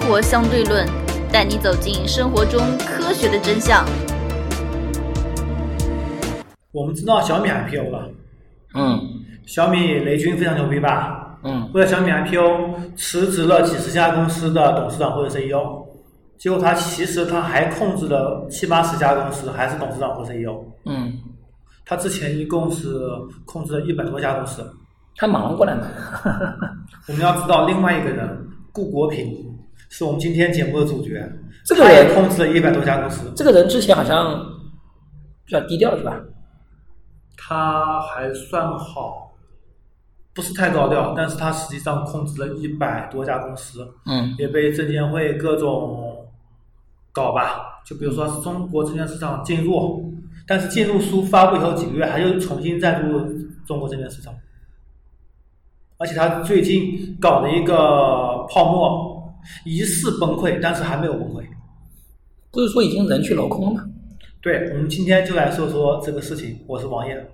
活相对论，带你走进生活中科学的真相。我们知道小米 IPO 了，嗯小米雷军非常牛逼吧？嗯为了小米 IPO 辞职了几十家公司的董事长或者 CEO，结果他其实他还控制了七八十家公司，还是董事长或 CEO。嗯，他之前一共是控制了一百多家公司。他忙过来嘛，我们要知道另外一个人顾国平是我们今天节目的主角，这个他也人控制了一百多家公司。这个人之前好像比较低调是吧？他还算好，不是太高调，但是他实际上控制了一百多家公司，嗯也被证监会各种搞吧。就比如说中国证券市场进入，但是进入书发布以后几个月，他又重新再入中国证券市场，而且他最近搞了一个泡沫，疑似崩溃，但是还没有崩溃。不是说已经人去楼空了吗？对，我们今天就来说说这个事情。我是王爷，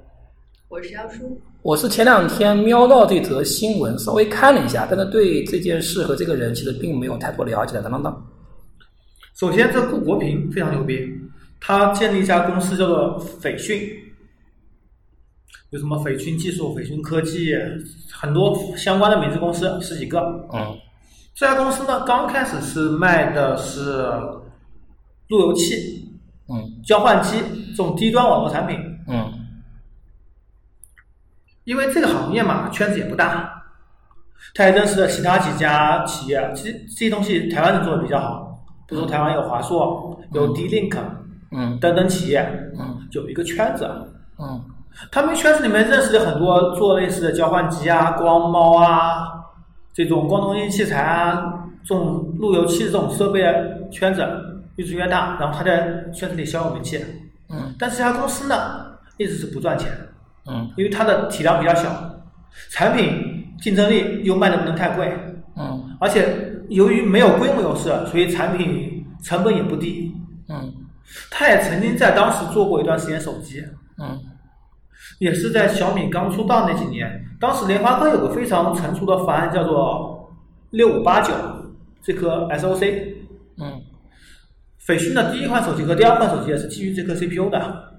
我是妖叔，我是前两天瞄到这则新闻，稍微看了一下，但是对这件事和这个人其实并没有太多了解。当当当，首先，这顾国平非常牛逼，他建立一家公司叫做斐讯，有什么斐讯技术、斐讯科技，很多相关的美资公司十几个。嗯这家公司呢，刚开始是卖的是路由器、嗯交换机这种低端网络产品，嗯因为这个行业嘛，圈子也不大。他也认识了其他几家企业，其实这些东西台湾人做的比较好，比如说台湾有华硕、有 D-Link 嗯等等企业，嗯有一个圈子，啊嗯他们圈子里面认识的很多做类似的交换机啊、光猫啊、这种光通信器材啊、这种路由器这种设备的圈子啊越做越大，然后他在圈子里小有名气。嗯但是这家公司呢，一直是不赚钱，嗯因为它的体量比较小，产品竞争力又卖的不能太贵，嗯而且由于没有规模优势，啊所以产品成本也不低。嗯他也曾经在当时做过一段时间手机，嗯也是在小米刚出道那几年，当时联发科有个非常成熟的方案叫做六五八九这颗 SOC，嗯斐讯的第一款手机和第二款手机也是基于这颗 CPU 的。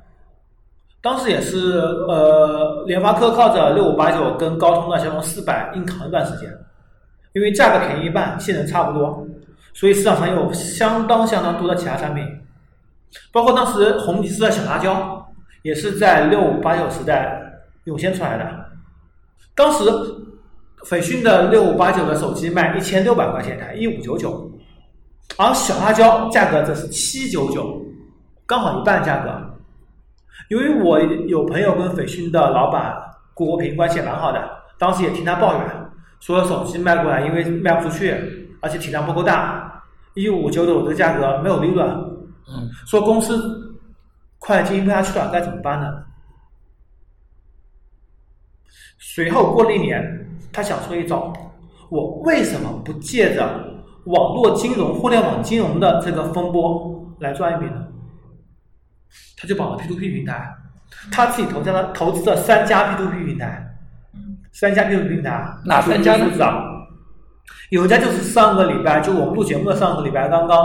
当时也是呃，联发科靠着六五八九跟高通的骁龙四百硬扛一段时间，因为价格便宜一半，性能差不多，所以市场上有相当相当多的其他产品，包括当时红极是的小辣椒，也是在六五八九时代涌现出来的。当时斐讯的六五八九的手机卖一千六百块钱台，一五九九，而小辣椒价格则是七九九，刚好一半价格。由于我有朋友跟斐讯的老板郭国平关系也蛮好的，当时也听他抱怨，说手机卖过来因为卖不出去，而且体量不够大，一五九九的价格没有利润，嗯说公司快经营不下去了，该怎么办呢？随后过了一年，他想出一招：我为什么不借着网络金融、互联网金融的这个风波来赚一笔呢？他就绑了 P2P 平台，他自己投资了投资了三家 P2P 平台，三家 P2P 平台哪三家呢不知道。有一家就是上个礼拜，就我们录节目的上个礼拜刚刚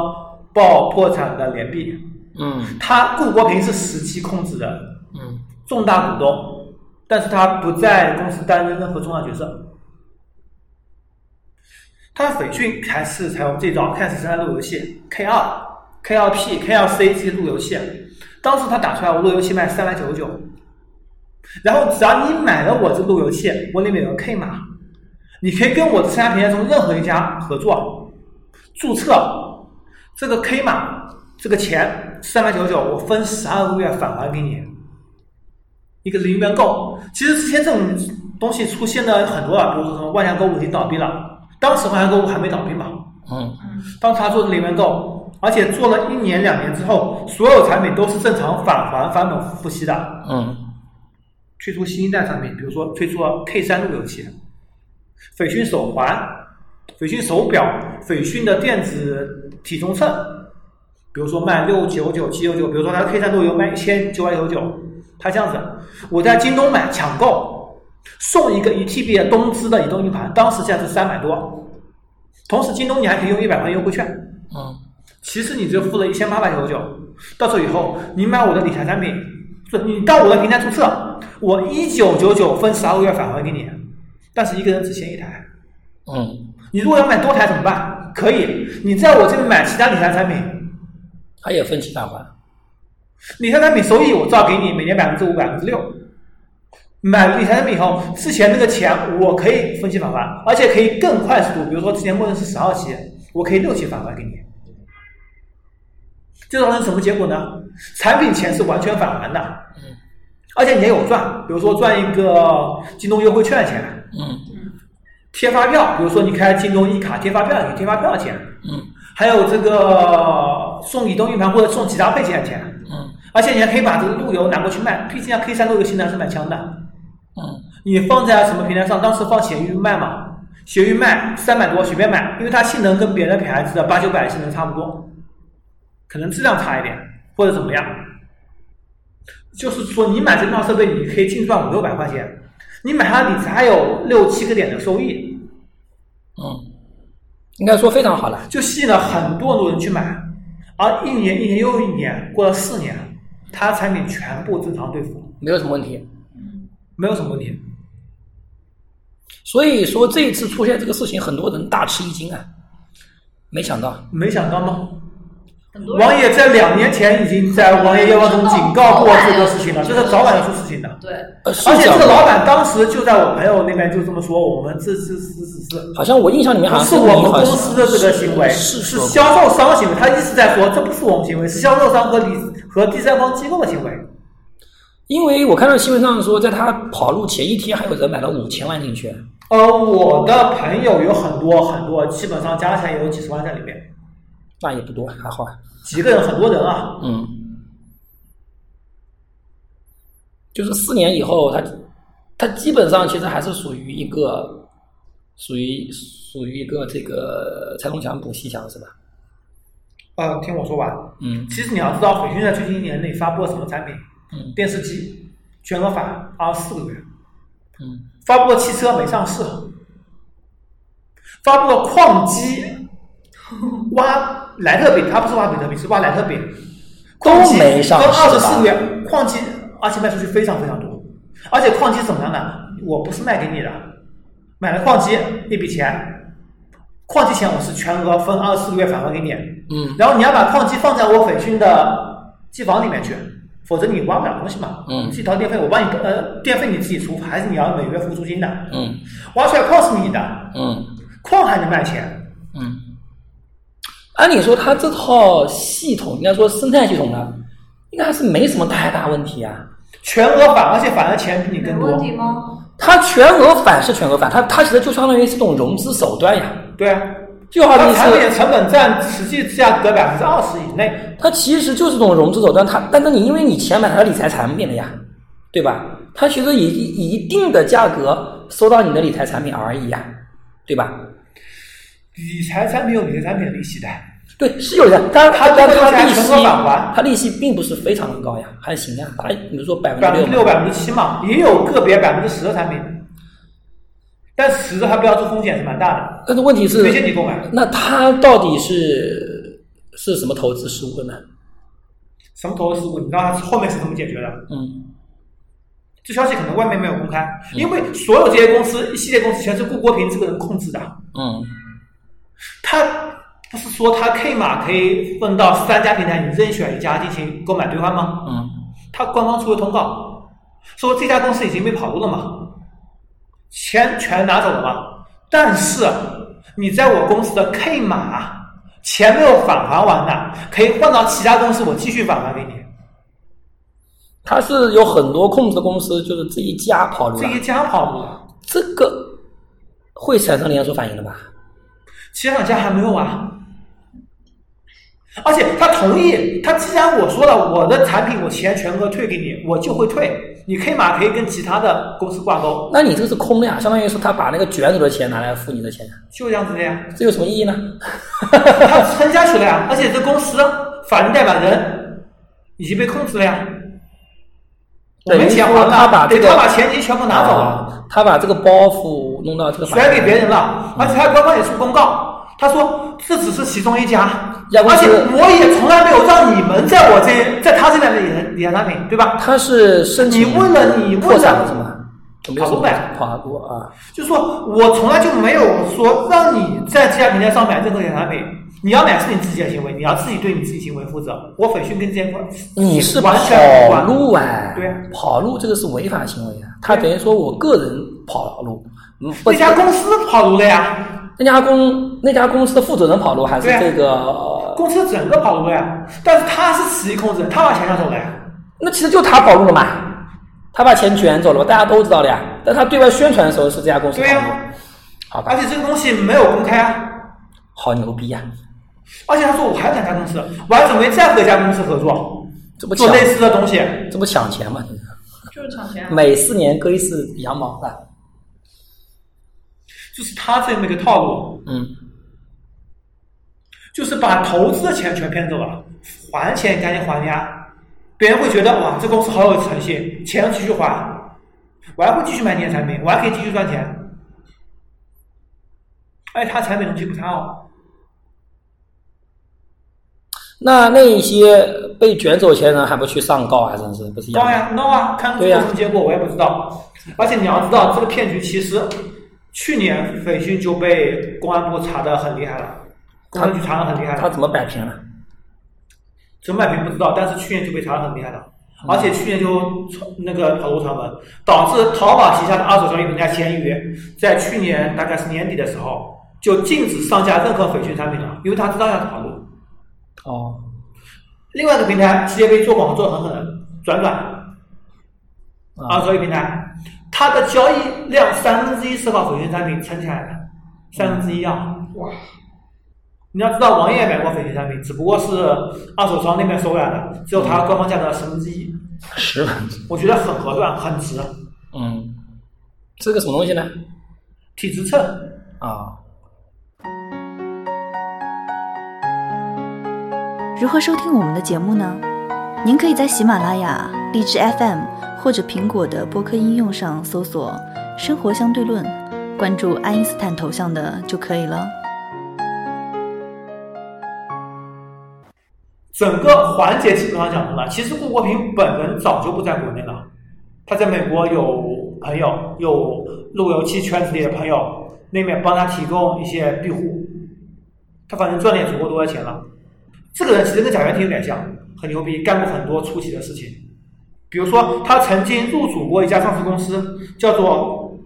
爆破产的联币，嗯他顾国平是实际控制人，嗯重大股东，但是他不在公司担任任何重要角色。他斐讯开始采用这招，开始生产路由器 K 二、K 二 P、K 二 C 这些路由器。当时他打出来，我路由器卖三百九十九，然后只要你买了我这路由器，我里面有个 K 码，你可以跟我这三家平台中任何一家合作，注册这个 K 码，这个钱三百九十九，我分十二个月返还给你。一个零元购。其实之前这种东西出现的很多啊，比如说什么万象购物已经倒闭了，当时万象购物还没倒闭嘛，嗯当时他做的零元购，而且做了一年两年之后，所有产品都是正常返还返本付息的，嗯推出新一代产品，比如说推出了 K 三路由器、斐讯手环、斐讯手表、斐讯的电子体重秤，比如说卖六九九、七九九，比如说它 K 三路由卖一千九百九十九，它这样子，我在京东买抢购，送一个一 TB 的东芝的移动硬盘，当时价值三百多，同时，京东你还可以用一百块优惠券，嗯，其实你只付了一千八百九十九。到手以后，你买我的理财产品，不是你到我的平台注册，我一九九九分十二个月返还给你，但是一个人只限一台。嗯，你如果要买多台怎么办？可以，你在我这边买其他理财产品，它也分期返还。理财产品收益我照给你，每年百分之五、百分之六。买理财产品以后，之前那个钱我可以分期返还，而且可以更快速度，比如说之前默认是十二期，我可以六期返还给你。这造成什么结果呢？产品钱是完全返还的，嗯而且你也有赚，比如说赚一个京东优惠券的钱，嗯贴发票，比如说你开京东一卡贴发票，你贴发票的钱，嗯还有这个送移动硬盘或者送其他配件的钱，嗯而且你还可以把这个路由拿过去卖，毕竟像 K 三路由现在是蛮强的。嗯你放在什么平台上？当时放闲鱼卖嘛，闲鱼卖三百多随便买，因为它性能跟别的牌子的八九百性能差不多，可能质量差一点或者怎么样。就是说，你买这套设备，你可以净赚五六百块钱，你买它理财还有六七个点的收益，嗯，应该说非常好了。就吸引了很多很多人去买。而一年一年又一年，过了四年，它产品全部正常兑付，没有什么问题。没有什么问题。所以说这一次出现这个事情，很多人大吃一惊啊，没想到。没想到吗？很多人王爷在两年前已经在王爷夜话中警告过这个事情了，这是早晚要出事情的。对，呃，是而且这这样个的老板当时就在我朋友那边就这么说，我们这这这只是好像我印象里面好不像是你我们好公像司的这个行为，是是说销售商行为。他一直在说这不是我们行为，是销售商和第和第三方机构的行为。因为我看到新闻上说，在他跑路前一天，还有人买了五千万进去。呃，我的朋友有很多很多，基本上加起来有几十万在里面，那也不多，还好啊。几个人很多人啊，嗯，就是四年以后，他他基本上其实还是属于一个属于属于一个这个呃拆东墙补西墙是吧？呃，听我说完。嗯其实你要知道，回讯在最近一年内发布了什么产品？嗯电视机全额返二十四个月，嗯发布了汽车没上市，发布了矿 机，挖莱特比，它不是挖比特币，是挖莱特比，矿机都没上市跟吧二十四个月，矿机而且卖出去非常非常多，而且矿机怎么样呢？我不是卖给你的，买了矿机一笔钱，矿机钱我是全额分二十四个月返还给你，嗯然后你要把矿机放在我斐讯的机房里面去，否则你挖不了东西嘛。嗯你自己掏电费，我帮你呃，电费你自己出，还是你要每月付租金的？嗯挖出来矿是你的，嗯矿还能卖钱，嗯。按理说，他这套系统应该说生态系统呢，应该还是没什么太大问题啊。全额返，而且返的钱比你有更问多。题吗？它全额返是全额返，它它其实就相当于是一种融资手段呀。对啊，就好它比产品是成本占实际价格百分之二十以内，它其实就是这种融资手段，它但是你因为你钱买它的理财产品了呀，对吧？它其实以以一定的价格收到你的理财产品而已呀，对吧？理财产品有理财产品的利息的。对，是有的，当然它但这个它价利全息额返还它利息并不是非常的高呀，还行呀，大概比如说百百分分之之六、六，百分之七嘛，也有个别百分之十的产品，但十的它标注风险是蛮大的，但是问题是推荐你购买。那它到底是是什么投资失误呢？什么投资事故？你知道它后面是怎么解决的？嗯这消息可能外面没有公开，因为所有这些公司，一系列公司全是顾国平这个人控制的。嗯他不是说他 K 码可以分到三家平台，你任选一家进行购买兑换吗？嗯他官方出了通告，说这家公司已经被跑路了嘛，钱全拿走了嘛，但是啊你在我公司的 K 码钱没有返还完的，可以换到其他公司，我继续返还给你。它是有很多控制的公司，就是这一家跑路这了，一家跑路了，这个会产生连锁反应的吧？其他两家还没有啊。而且他同意，他既然我说了我的产品我钱全额退给你，我就会退。你 K 码可以跟其他的公司挂钩，那你这个是空的呀，相当于说他把那个卷走的钱拿来付你的钱，就这样子的呀。这有什么意义呢？他撑下去了呀，而且这公司法定代表人已经被控制了呀，我等没于钱说还了，他把这对个啊他把钱已经全部拿走了，啊他把这个包袱弄到这个嗯甩给别人了，而且他官方也出公告，他说这只是其中一家，亚公而司且我也从来没有让你们在我这在他这边的理财理财产品，对吧？他是申请你问了你问了破产了是吗？有没有什跑么不呗跑过啊？就说我从来就没有说让你在这家平台上买任何理财产品，你要买是你自己的行为，你要自己对你自己行为负责。我斐讯跟这些关你是跑完全无关路哎、对啊跑路这个是违法行为啊，他等于说我个人跑路，嗯不那家公司跑路了呀，那家公那家公司的负责人跑路还是对啊这个？呃公司整个跑路了呀，但是他是持一控制人，他把钱拿走了呀。那其实就他跑路了嘛，他把钱卷走了嘛，大家都知道了呀。但他对外宣传的时候是这家公司跑对啊路，呀好吧而，且这个东西没有公开啊。好牛逼啊呀、而且他说我还有两家公司，我还准备再和一家公司合作，这不做抢类似的东西。这不抢钱吗？这是就是抢钱啊！每四年割一次羊毛的，就是他这么一个套路，嗯，就是把投资的钱全骗走了，还钱赶紧还呀，别人会觉得哇，这公司好有诚信，钱要继续还，我还会继续买你的产品，我还可以继续赚钱。哎，他产品东西不差哦，那那些被卷走钱人还不去上告啊？真是不是一样当的？然 no 啊，看对最呀后什么结果我也不知道。而且你要知道，这个骗局其实去年斐讯就被公安部查的很厉害了，公安局查的很厉害了。他怎么摆平了？怎么摆平不知道，但是去年就被查得很厉害了，而且去年就传那个跑路传闻，导致淘宝旗下的二手交易平台闲鱼，在去年大概是年底的时候就禁止上架任何斐讯产品了，因为他知道要跑路。哦，另外一个平台直接被做广告做得很狠的，转转二啊手交易平台，它的交易量三分之一是靠斐讯产品撑起来的，三分之一啊。哇，你要知道，网易也买过斐讯产品，只不过是二手商那边收回来的，只有它官方价格十分之一。 十万，我觉得很合算，很值。嗯，这个什么东西呢？体质秤，啊，如何收听我们的节目呢？您可以在喜马拉雅、荔枝 FM 或者苹果的播客应用上搜索“生活相对论”，关注爱因斯坦头像的就可以了。整个环节基本上讲通了。其实顾国平本人早就不在国内了，他在美国有朋友，有路由器圈子里的朋友，那边帮他提供一些庇护，他反正赚的也足够多的钱了。这个人其实跟贾跃亭有点像，很牛逼，干过很多出奇的事情。比如说，他曾经入主过一家上市公司，叫做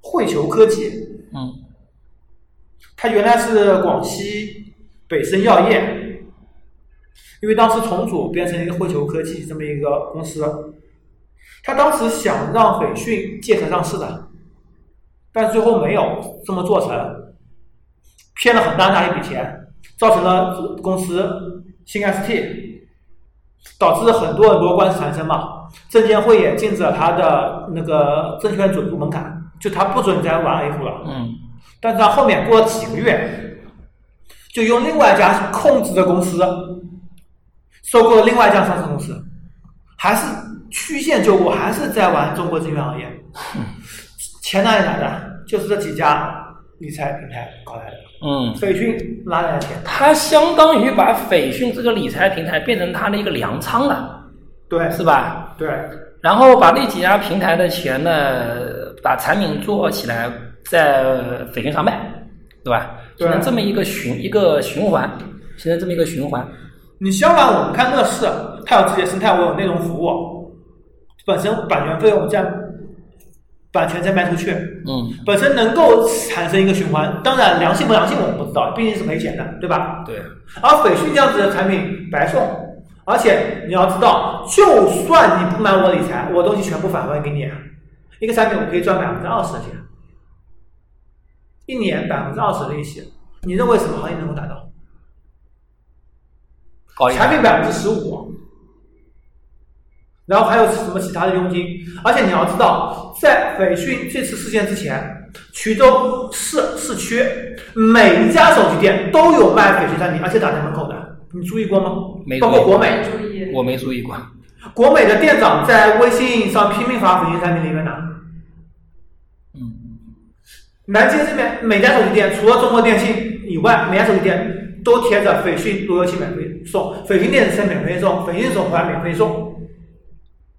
汇球科技，嗯他原来是广西北森药业，因为当时重组变成一个汇球科技这么一个公司，他当时想让斐讯借壳上市的，但最后没有这么做成，骗了很大很大一笔钱，造成了公司新 ST，导致很多很多官司缠身嘛。证监会也禁止了他的那个证券准入门槛，就他不准再玩 A 股了。嗯，但是他后面过了几个月，就用另外一家控制的公司收购了另外一家上市公司，还是曲线救国，还是在玩中国证券行业。钱哪里来的？就是这几家理财平台搞来的。嗯，斐讯哪里来的钱？他相当于把斐讯这个理财平台变成他的一个粮仓了，对是吧？对，然后把那几家平台的钱呢，把产品做起来，在斐讯上卖，对吧？对形成这么一个循一个循环，形成这么一个循环。你相反，我们看乐视，它有自己的生态，我有内容服务，本身版权费用占版权再卖出去，嗯，本身能够产生一个循环，当然良性不良性我们不知道，毕竟是赔钱的，对吧？对，而斐讯这样子的产品白送，而且你要知道，就算你不买我理财，我东西全部返还给你，啊一个产品我可以赚百分之二十的钱，一年百分之二十的利息，你认为什么行业能够达到？高哦一产点品百分之十五，啊然后还有什么其他的佣金？而且你要知道，在斐讯这次事件之前，衢州市市区每一家手机店都有卖斐讯产品，而且打在门口的，你注意过吗没？注意包括国美，注意，我没注意过。国美的店长在微信上拼命发斐讯产品里面拿。嗯，南京这边每家手机店除了中国电信，以外，每家手机店都贴着斐讯路由器免费送，斐讯电子车免费送，斐讯手环免费送。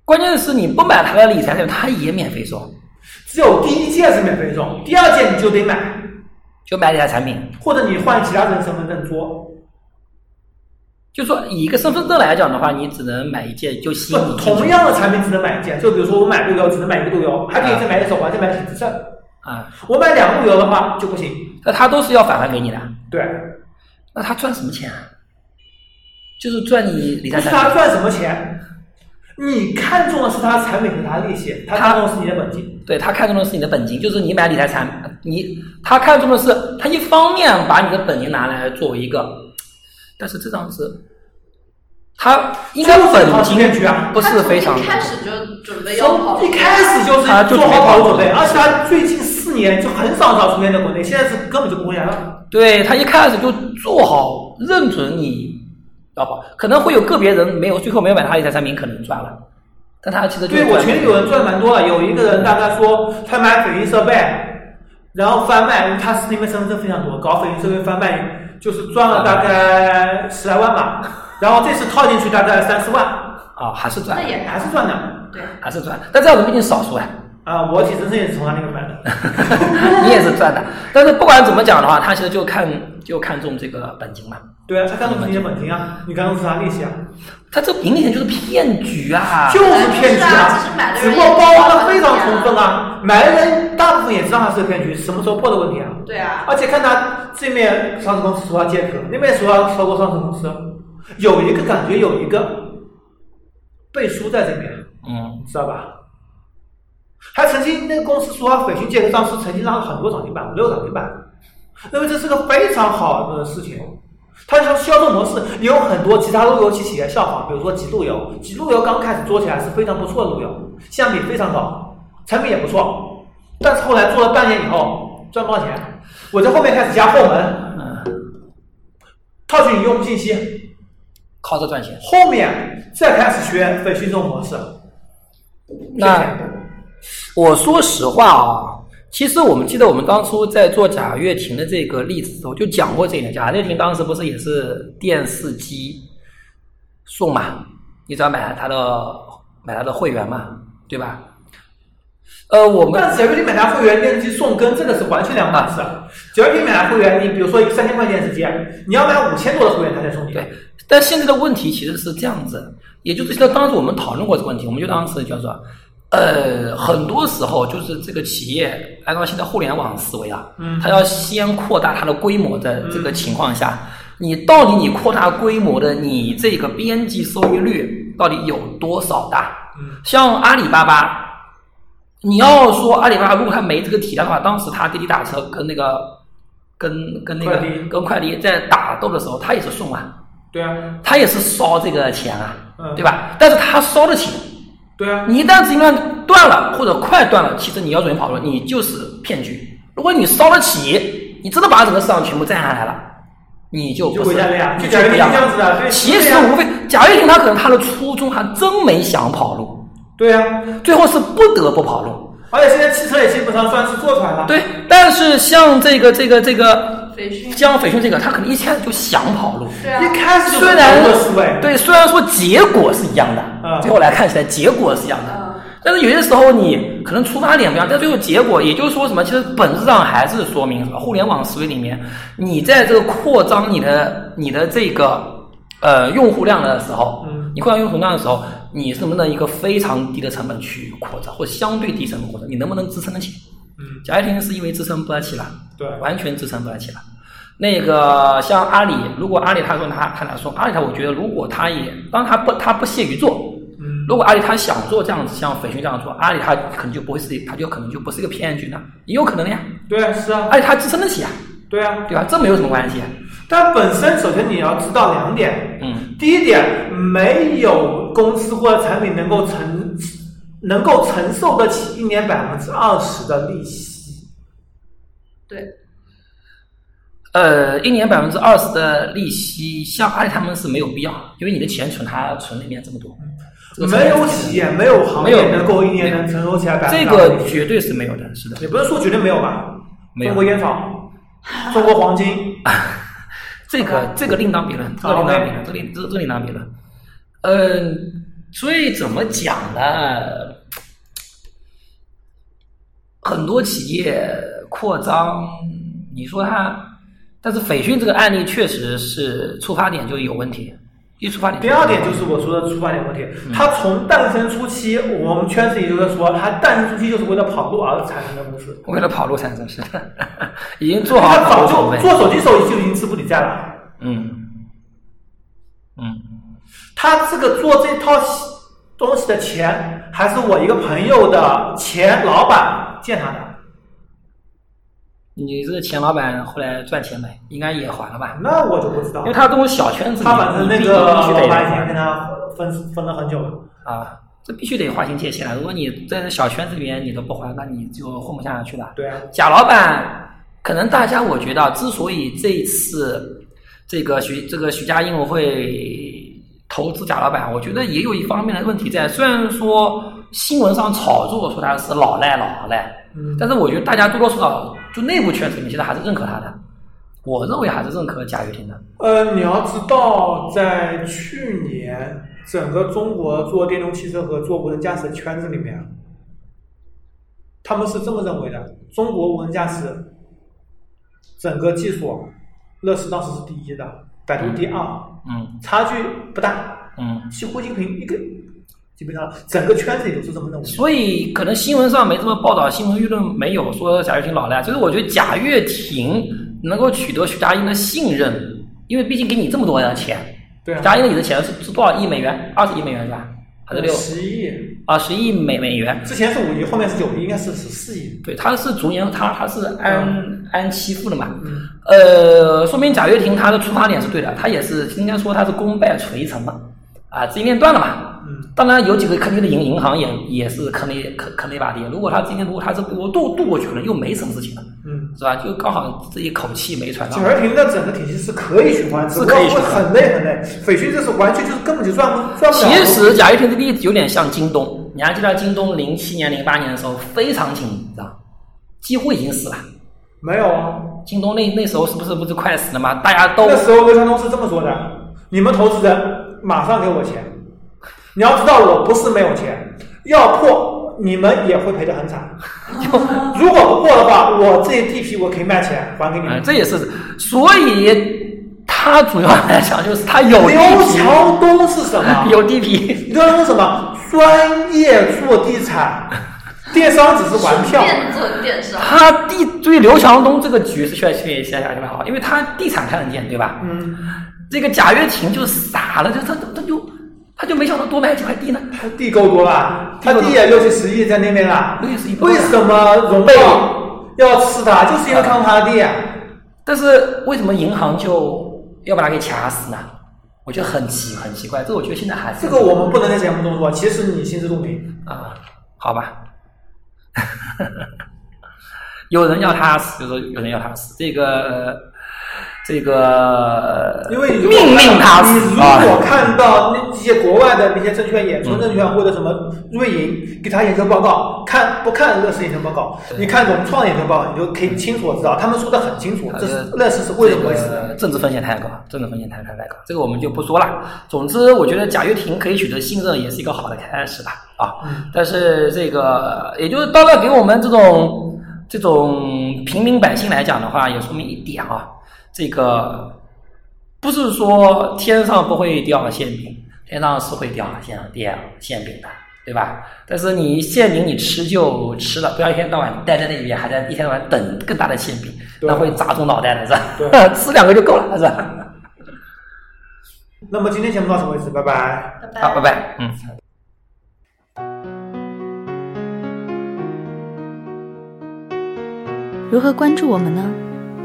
关键是你不买它的理财产品，它也免费送，只有第一届是免费送，第二届你就得买，就买理财产品。或者你换其他人身份证做。就说以一个身份证来讲的话，你只能买一件，就吸不引你，进去同样的产品只能买一件，就比如说我买路由只能买一个路由，还可以再买一个手环，再买一个手环。啊，我买两个路由的话就不行。那它都是要返还给你的，对，那他赚什么钱啊？就是赚你理不财是啊他产品，赚什么钱，你看中的是他产品和他利息，他看中的是你的本金。对他看中的是你的本金，就是你买理财产，你他看中的是他一方面把你的本金拿来作为一个，但是这张是，他应该这本个金骗局啊！不是非常他从一开始就准备要跑从，一开始就是他就做好跑路准备，准备而且他最近四年就很少很少出现在国内，现在是根本就不会来了。对他一开始就做好，认准你要跑，可能会有个别人没有最后没有买他理财产品，可能赚了，但他其实就对我群里有人赚蛮多的，有一个人大概说他买斐讯设备，然后翻卖，因为他是因为身份证非常多，搞斐讯设备翻卖就是赚了大概十来万吧， 然后这次套进去大概三四万，啊、还是赚那了，也还是赚的。对，还是赚了，但这样子毕竟少数呀、啊，我体质证也是从他那个买的。 你也是赚的。但是不管怎么讲的话，他其实就看就看中这个本金嘛。对啊，他看中是你的本金啊，你看中是他利息啊，他这明显就是骗局啊！就是骗局啊啊其实买的，人只也不过包装的非常充分啊，买的人大部分也知道他是个骗局，什么时候破的问题啊？对啊，而且看他这面上市公司说他借壳，那面说他收购上市公司，有一个感觉有一个背书在这面，嗯，你知道吧？还曾经那个公司说他斐讯借壳上市，曾经让很多涨停板，五六涨停板，认为这是个非常好的事情。它的销售模式也有很多其他路由器企业效仿，比如说极路由，极路由刚开始做起来是非常不错的路由，性价比非常高，产品也不错，但是后来做了半年以后赚不到钱，我在后面开始加后门，嗯套取你用户信息，靠这赚钱。后面再开始学斐讯这种模式，那我说实话啊，其实我们记得我们当初在做贾跃亭的这个例子的时候，就讲过这一点。贾跃亭当时不是也是电视机送嘛，你只要买他的买他的会员嘛，对吧？呃，我们但只要你买台会员电视机送跟这个是完全两码事。只要你买台会员，你比如说一个三千块电视机，你要买五千多的会员，他才送你。对，但现在的问题其实是这样子，也就是说，当时我们讨论过这个问题，我们就当时就说，呃，很多时候就是这个企业按照现在互联网思维啊，嗯它要先扩大它的规模的这个情况下，你到底你扩大规模的你这个边际收益率到底有多少大？嗯像阿里巴巴，你要说阿里巴巴如果它没这个体量的话，当时它滴滴打车跟那个。跟跟那个快滴跟快递在打斗的时候，它也是送啊，对啊，他也是烧这个钱啊，嗯对吧？但是他烧的钱，对啊，你一旦资金链断了或者快断了，其实你要准备跑路，你就是骗局。如果你烧得起，你真的把整个市场全部占下来了，你就不就回是家了呀你就假如不一你这样子的对其是实这样无非贾跃亭他可能他的初衷还真没想跑路，对啊。最后是不得不跑路。而且现在汽车也基本上算是做出来了。对，但是像这个这个这个培训像斐讯这个，他可能一开始就想跑路，对啊，一开始就是虽然网络思维，对，虽然说结果是一样的，嗯最后来看起来结果是一样的，嗯但是有些时候你可能出发点不一样，但最后结果，也就是说什么，其实本质上还是说明什么？互联网思维里面，你在这个扩张你的你的这个呃用户量的时候，嗯你扩张用户量的时候，你是能不能一个非常低的成本去扩张，或相对低成本扩张，你能不能支撑得起？嗯，贾跃亭是因为支撑不得起了，对完全支撑不得起了。那个像阿里，如果阿里他说他他俩说阿里他，我觉得如果他也，当然他不他不屑于做，嗯如果阿里他想做这样子，像斐讯这样做，阿里他可能就不会是，他就可能就不是一个骗局了，也有可能的呀。对啊，是啊，而且他支撑得起啊，对啊。对吧？这没有什么关系啊。但本身首先你要知道两点，嗯，第一点，没有公司或者产品能够承能够承受得起一年百分之二十的利息。对，呃，一年百分之二十的利息，像阿里他们是没有必要，因为你的钱存他存里面这么多，这个成没本有是企业，没有行没有业能够一年能承受起来百分这之二个十。绝对是没有的，是的，也不是说绝对没有吧？没有 中国烟草，中国黄金，这个这个另当别论，这个另当别论，这个另这这另当别论。嗯，所以怎么讲呢？很多企业扩张，你说它，但是斐讯这个案例确实是出发点就有问题，一出发点。第二点就是我说的出发点问题，嗯它从诞生初期，我们圈子里就是说，它诞生初期就是为了跑路而产生的公司。为了跑路产生 是，已经做好它跑早路准就备。做手机时候就已经资不抵债了。嗯嗯他这个做这套东西的钱，还是我一个朋友的前老板借他的。你这个钱老板后来赚钱没？应该也还了吧？那我就不知道因为，他这种小圈子里，他反正那你必个必须老得板已经跟他分分了很久了。啊，这必须得划清界限了。啊如果你在这小圈子里面你都不还，那你就混不下去了。对啊，贾老板，可能大家我觉得啊，之所以这一次这个徐这个徐家印会投资贾老板，我觉得也有一方面的问题在。虽然说新闻上炒作说他是老赖老赖，嗯但是我觉得大家多多少少就内部圈子里面现在还是认可他的。我认为还是认可贾跃亭的。呃，你要知道，在去年整个中国做电动汽车和做无人驾驶的圈子里面，他们是这么认为的：中国无人驾驶整个技术，乐视当时是第一的，百度第二，嗯差距不大，嗯，几乎一平一个，基本上整个圈子里都是这么认为的。所以可能新闻上没这么报道，新闻舆论没有说贾跃亭老赖，就是我觉得贾跃亭能够取得徐家印的信任，因为毕竟给你这么多的钱，对贾啊，跃亭你的钱是是多少亿美元？二十亿美元是吧？还是六十亿，啊十亿美美元？之前是五亿，后面是九亿，应该是十四亿。对，他是逐年，他他是按、按期付的嘛。嗯，呃，说明贾跃亭他的出发点是对的，他也是应该说他是功败垂成嘛，啊，资金链断了嘛。嗯，当然有几个坑爹的银银行也也是坑了一坑坑了一把爹。如果他今天如果他是我渡渡过去了，又没什么事情了，嗯，是吧？就刚好这一口气没喘到景。和平的整个体系啊是可以循环，只不过会很累很累。斐讯这是完全就是根本就赚不赚不了。其实贾跃亭的例子有点像京东，你还记得京东零七年、零八年的时候非常紧张，几乎已经死了。没有啊，京东那那时候是不是不是快死了吗？大家都那时候刘强东是这么说的：你们投资人马上给我钱，你要知道我不是没有钱，要破你们也会赔得很惨。 如果不破的话，我这一地皮我可以卖钱还给你啊、们。这也是，所以他主要来讲就是他有地刘皮，强东是什么？ 有地皮，刘强东是什么？专业做地产，电商只是玩票。电做电啊商，他地对刘强东这个局是确实确实确实好，因为他地产看得见，对吧？嗯，这个贾跃亭就傻了，就他他就他就没想到多买几块地呢，他地够多吧？他地也六七十亿在那边了六七十亿，不够为啊什么荣报要吃他？就是因为看他的地啊。但是为什么银行就要把他给卡死呢？我觉得很奇很奇怪，这我觉得现在还是这个我们不能在节目中说，其实你心知肚明。啊、好吧， 有人要他死，就是有人要他死，这个这个因为如果命令他你死如啊，果看到那些国外的那些证券、衍存证券或者什么瑞银给他研究报告，看不看乐视研究报告，你看融创研究报告，你就可以清楚地知道，他们说的很清楚，这是乐视是为什么会死的。呃政治风险太高，政治风险太太太高，这个我们就不说了。总之，我觉得贾跃亭可以取得信任，也是一个好的开始吧。啊，嗯但是这个也就是到了给我们这种这种平民百姓来讲的话，也说明一点啊，这个不是说天上不会掉馅饼，天上是会掉馅掉馅饼的，对吧？但是你馅饼你吃就吃了，不要一天到晚待在那里面，还在一天到晚等更大的馅饼，对那会砸中脑袋的是吧？ 吃两个就够了是吧？那么今天节目到此为止，拜拜。拜好，拜拜，嗯。如何关注我们呢？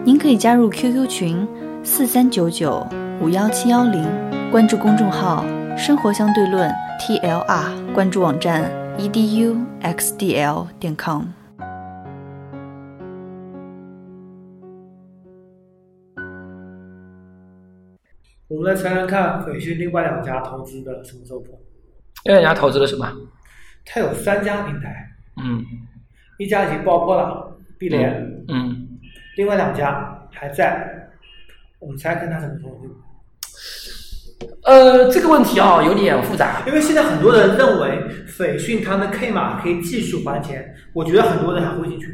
您可以加入 QQ 群四三九九五幺七幺零，关注公众号“生活相对论 ”TLR，关注网站 E eduxdl 点 com。我们来猜猜看，斐讯另外两家投资的什么时候破？因为人家投资了什么？它有三家平台，嗯一家已经爆破了，碧莲；嗯另外两家还在，我们才跟它怎么说会呃，这个问题啊、有点复杂。因为现在很多人认为斐讯它的 K 码可以继续还钱，我觉得很多人还会进去。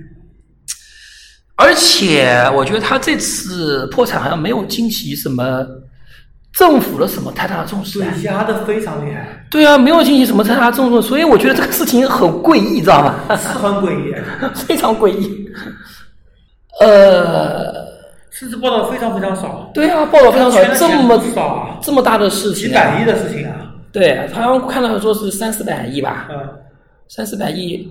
而且我觉得他这次破产好像没有惊起什么政府的什么太大的重视对啊。，压的非常厉害，对啊，没有惊起什么太大的重视，所以我觉得这个事情很诡异，知道吧？是很诡异， 非常诡异。呃，甚至报道非常非常少，对啊，报道非常少他，圈这了钱么不少啊这么大的事情、几百亿的事情啊，对，好像看到说是三四百亿吧，嗯，三四百亿，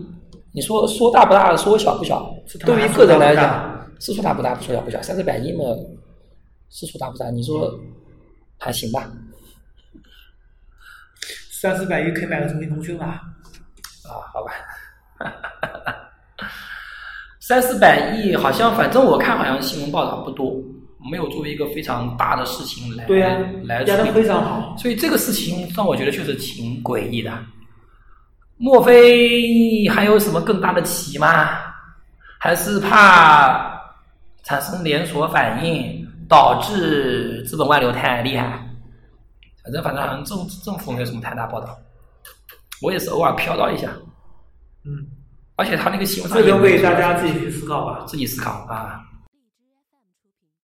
你说说大不大，说小不小是？大对于个人来说大不讲，是说大不大，不说小不小，三四百亿嘛，是说大不大？你说还行吧？三四百亿可以买个中兴通讯了。啊，好吧，三四百亿，好像反正我看好像新闻报道不多，没有作为一个非常大的事情来对呀、哎来压的处理非常好。所以这个事情让我觉得确实挺诡异的。莫非还有什么更大的棋吗？还是怕产生连锁反应，导致资本外流太厉害？反正反正好像政政府没有什么太大报道，我也是偶尔瞟到一下，嗯，而且他那个新闻上这也留没有给大家自己去思考吧。自己思考啊。